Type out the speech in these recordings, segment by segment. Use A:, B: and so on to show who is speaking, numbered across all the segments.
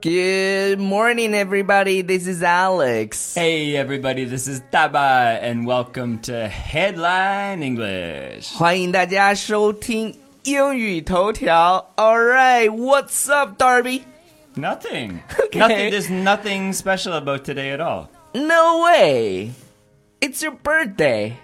A: Good morning, everybody. This is Alex.
B: Hey everybody, this is Taba and welcome to Headline English.
A: 欢迎大家收听英语头条。All right, what's up, Darby?
B: Nothing.
A: Okay.
B: Nothing there's nothing special about today at all.
A: No way. It's your birthday,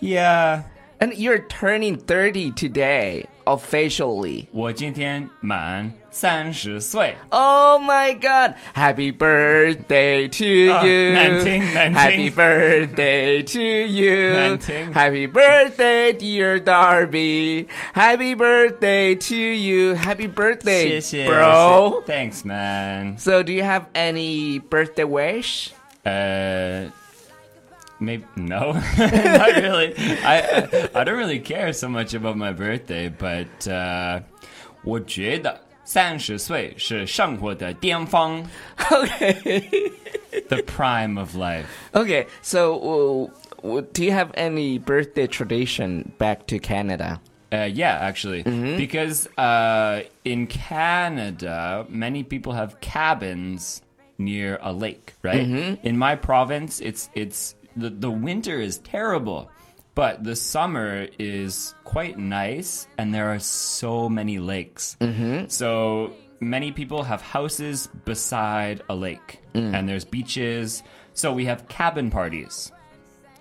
B: Yeah.
A: and you're turning 30 today officially.
B: 我今天满三十岁。
A: Oh my god. Happy birthday to
B: Ah,
A: you.
B: 南京，南京。
A: Happy birthday to you.
B: 南京。
A: Happy birthday dear Darby. Happy birthday to you. Happy birthday,
B: 谢谢
A: bro.
B: Thanks, man.
A: So do you have any birthday wish?
B: Uh, maybe no, not really. I, I I don't really care so much about my birthday, but uh, 我觉得三十岁是生活的巅峰
A: Okay.
B: the prime of life.
A: okay. So uh, w- do you have any birthday tradition back to Canada?
B: Uh, yeah, actually, because uh, in Canada, many people have cabins near a lake, right? In my province, it's it's the the winter is terrible, but the summer is quite nice, and there are so many lakes. Mm-hmm. So many people have houses beside a lake, and there's beaches. So we have cabin parties.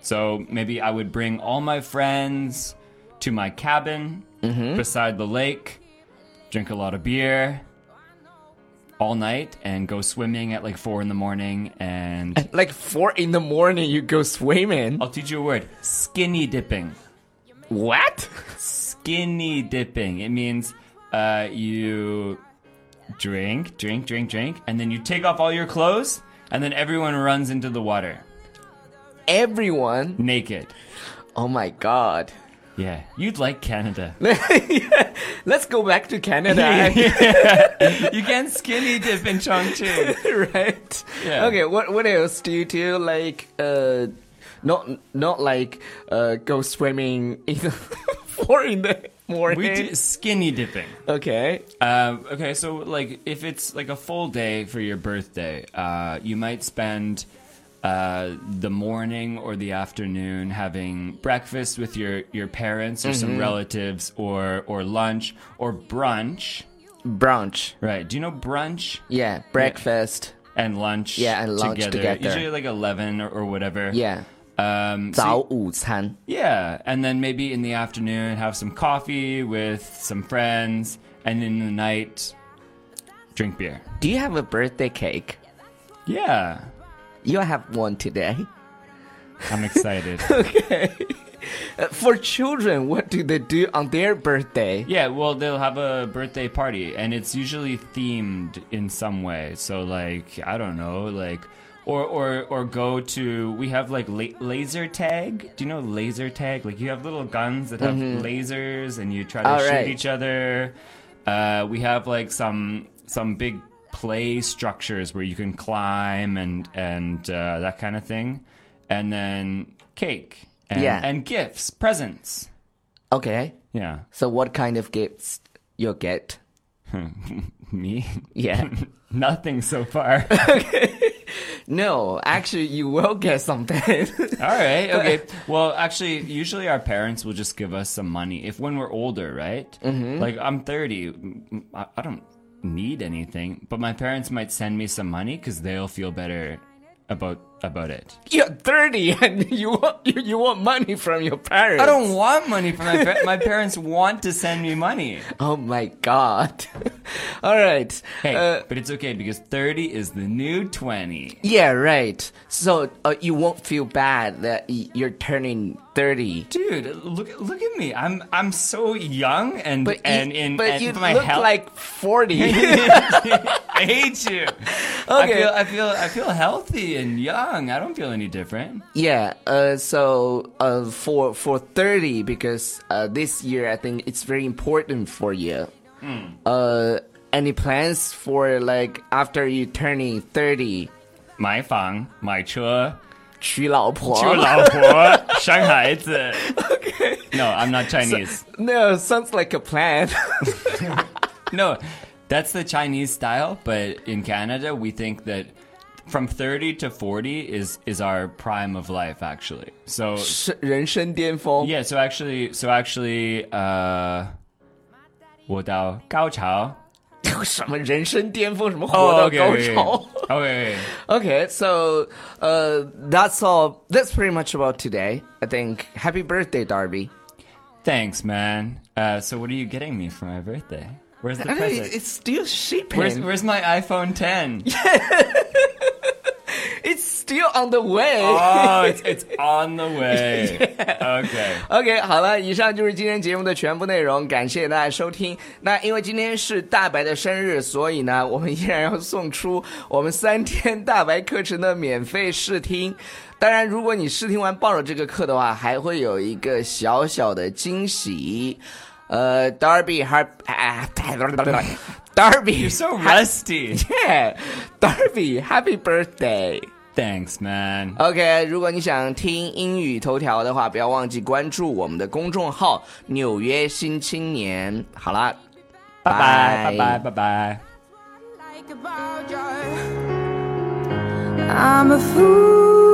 B: So maybe I would bring all my friends to my cabin beside the lake, drink a lot of beer all night, and go swimming at like four in the morning. And
A: Like four in the morning, you go swimming.
B: I'll teach you a word skinny dipping.
A: What?
B: Skinny dipping. It means uh, you drink, drink, drink, drink, and then you take off all your clothes, and then everyone runs into the water
A: Everyone.
B: naked.
A: Oh my god.
B: Yeah, you'd like Canada.
A: Let's go back to Canada,
B: you can skinny dip in Chongqing.
A: right?
B: Yeah.
A: Okay. What What else do you do? Like, uh, not not like uh, go swimming in the four in the morning.
B: We do skinny dipping.
A: Okay.
B: Uh, okay, so like if it's like a full day for your birthday, uh, you might spend uh, the morning or the afternoon having breakfast with your, your parents or some relatives or or lunch or brunch.
A: Brunch.
B: Right? Do you know brunch
A: Yeah. Breakfast.
B: and lunch?
A: Yeah, and lunch together.
B: Usually like eleven or, or whatever.
A: Yeah.
B: Um, so
A: 早午餐.
B: Yeah, and then maybe in the afternoon have some coffee with some friends, and in the night drink beer.
A: Do you have a birthday cake?
B: Yeah,
A: You have one today.
B: I'm excited.
A: Uh, for children, what do they do on their birthday?
B: yeah, well, they'll have a birthday party, and it's usually themed in some way. So, like, I don't know, like, or or or go to we have like la- laser tag. Do you know laser tag? Like, you have little guns that have lasers, and you try to
A: Mm-hmm. All
B: shoot
A: right.
B: each other. Uh, we have like some some big play structures where you can climb and and uh, that kind of thing, and then cake and,
A: Yeah.
B: and gifts, presents.
A: Okay.
B: Yeah,
A: So what kind of gifts you'll get?
B: me.
A: Yeah.
B: Nothing so far.
A: no, actually, you will get something.
B: All right. Okay. Well, actually, usually our parents will just give us some money if when we're older, right? Mm-hmm. Like I'm 30, mm, I I don't need anything, but my parents might send me some money because they'll feel better about about it.
A: You're 30 and you want you, you want money from your parents.
B: I don't want money from my parents. my parents want to send me money.
A: Oh my god. All right.
B: Hey,
A: Uh,
B: but it's okay because 30 is the new 20.
A: yeah, right. So uh, you won't feel bad that y- you're turning 30.
B: Dude, look look at me. I'm I'm so young and
A: But
B: and
A: you,
B: in
A: but
B: and
A: you
B: my
A: look
B: health.
A: like 40.
B: I hate you. I
A: Okay.
B: feel I feel I feel healthy and young. I don't feel any different.
A: Yeah, uh, so uh, for for thirty because uh, this year I think it's very important for you.
B: Hmm.
A: Uh, any plans for like after you turning thirty?
B: 买房、买车、
A: 娶老婆？
B: 娶老婆、生孩子。No, I'm not Chinese.
A: No, sounds like a plan.
B: No, That's the Chinese style, but in Canada, we think that from 30 to 40 is is our prime of life actually. So
A: 是 人生巅峰。
B: yeah, so actually so actually uh 我到高潮
A: 什么人生巅峰，什么活
B: Oh,
A: 到
B: okay,
A: 高
B: okay,
A: 潮。
B: okay. okay.
A: Okay, so uh, that's all. That's pretty much about today. I think. Happy birthday, Darby.
B: Thanks, man. Uh, so what are you getting me for my birthday? Where's the
A: I don't-
B: present?
A: It's still sheep.
B: Where's, where's my iPhone 10?
A: It's still on the way.
B: Oh, it's, it's on the way. Okay.
A: OK，好了，以上就是今天节目的全部内容，感谢大家收听。那因为今天是大白的生日，所以呢， 我们依然要送出我们三天大白课程的免费试听。当然，如果你试听完报了这个课的话，还会有一个小小的惊喜。呃，Darby 还啊，Darby，You're
B: So rusty.
A: yeah，Darby，Happy Birthday。
B: Thanks, man.
A: OK，如果你想听英语头条的话，不要忘记关注我们的公众号《纽约新青年》。好啦，
B: Bye bye. Bye bye. Bye bye.
C: like about you. I'm a fool.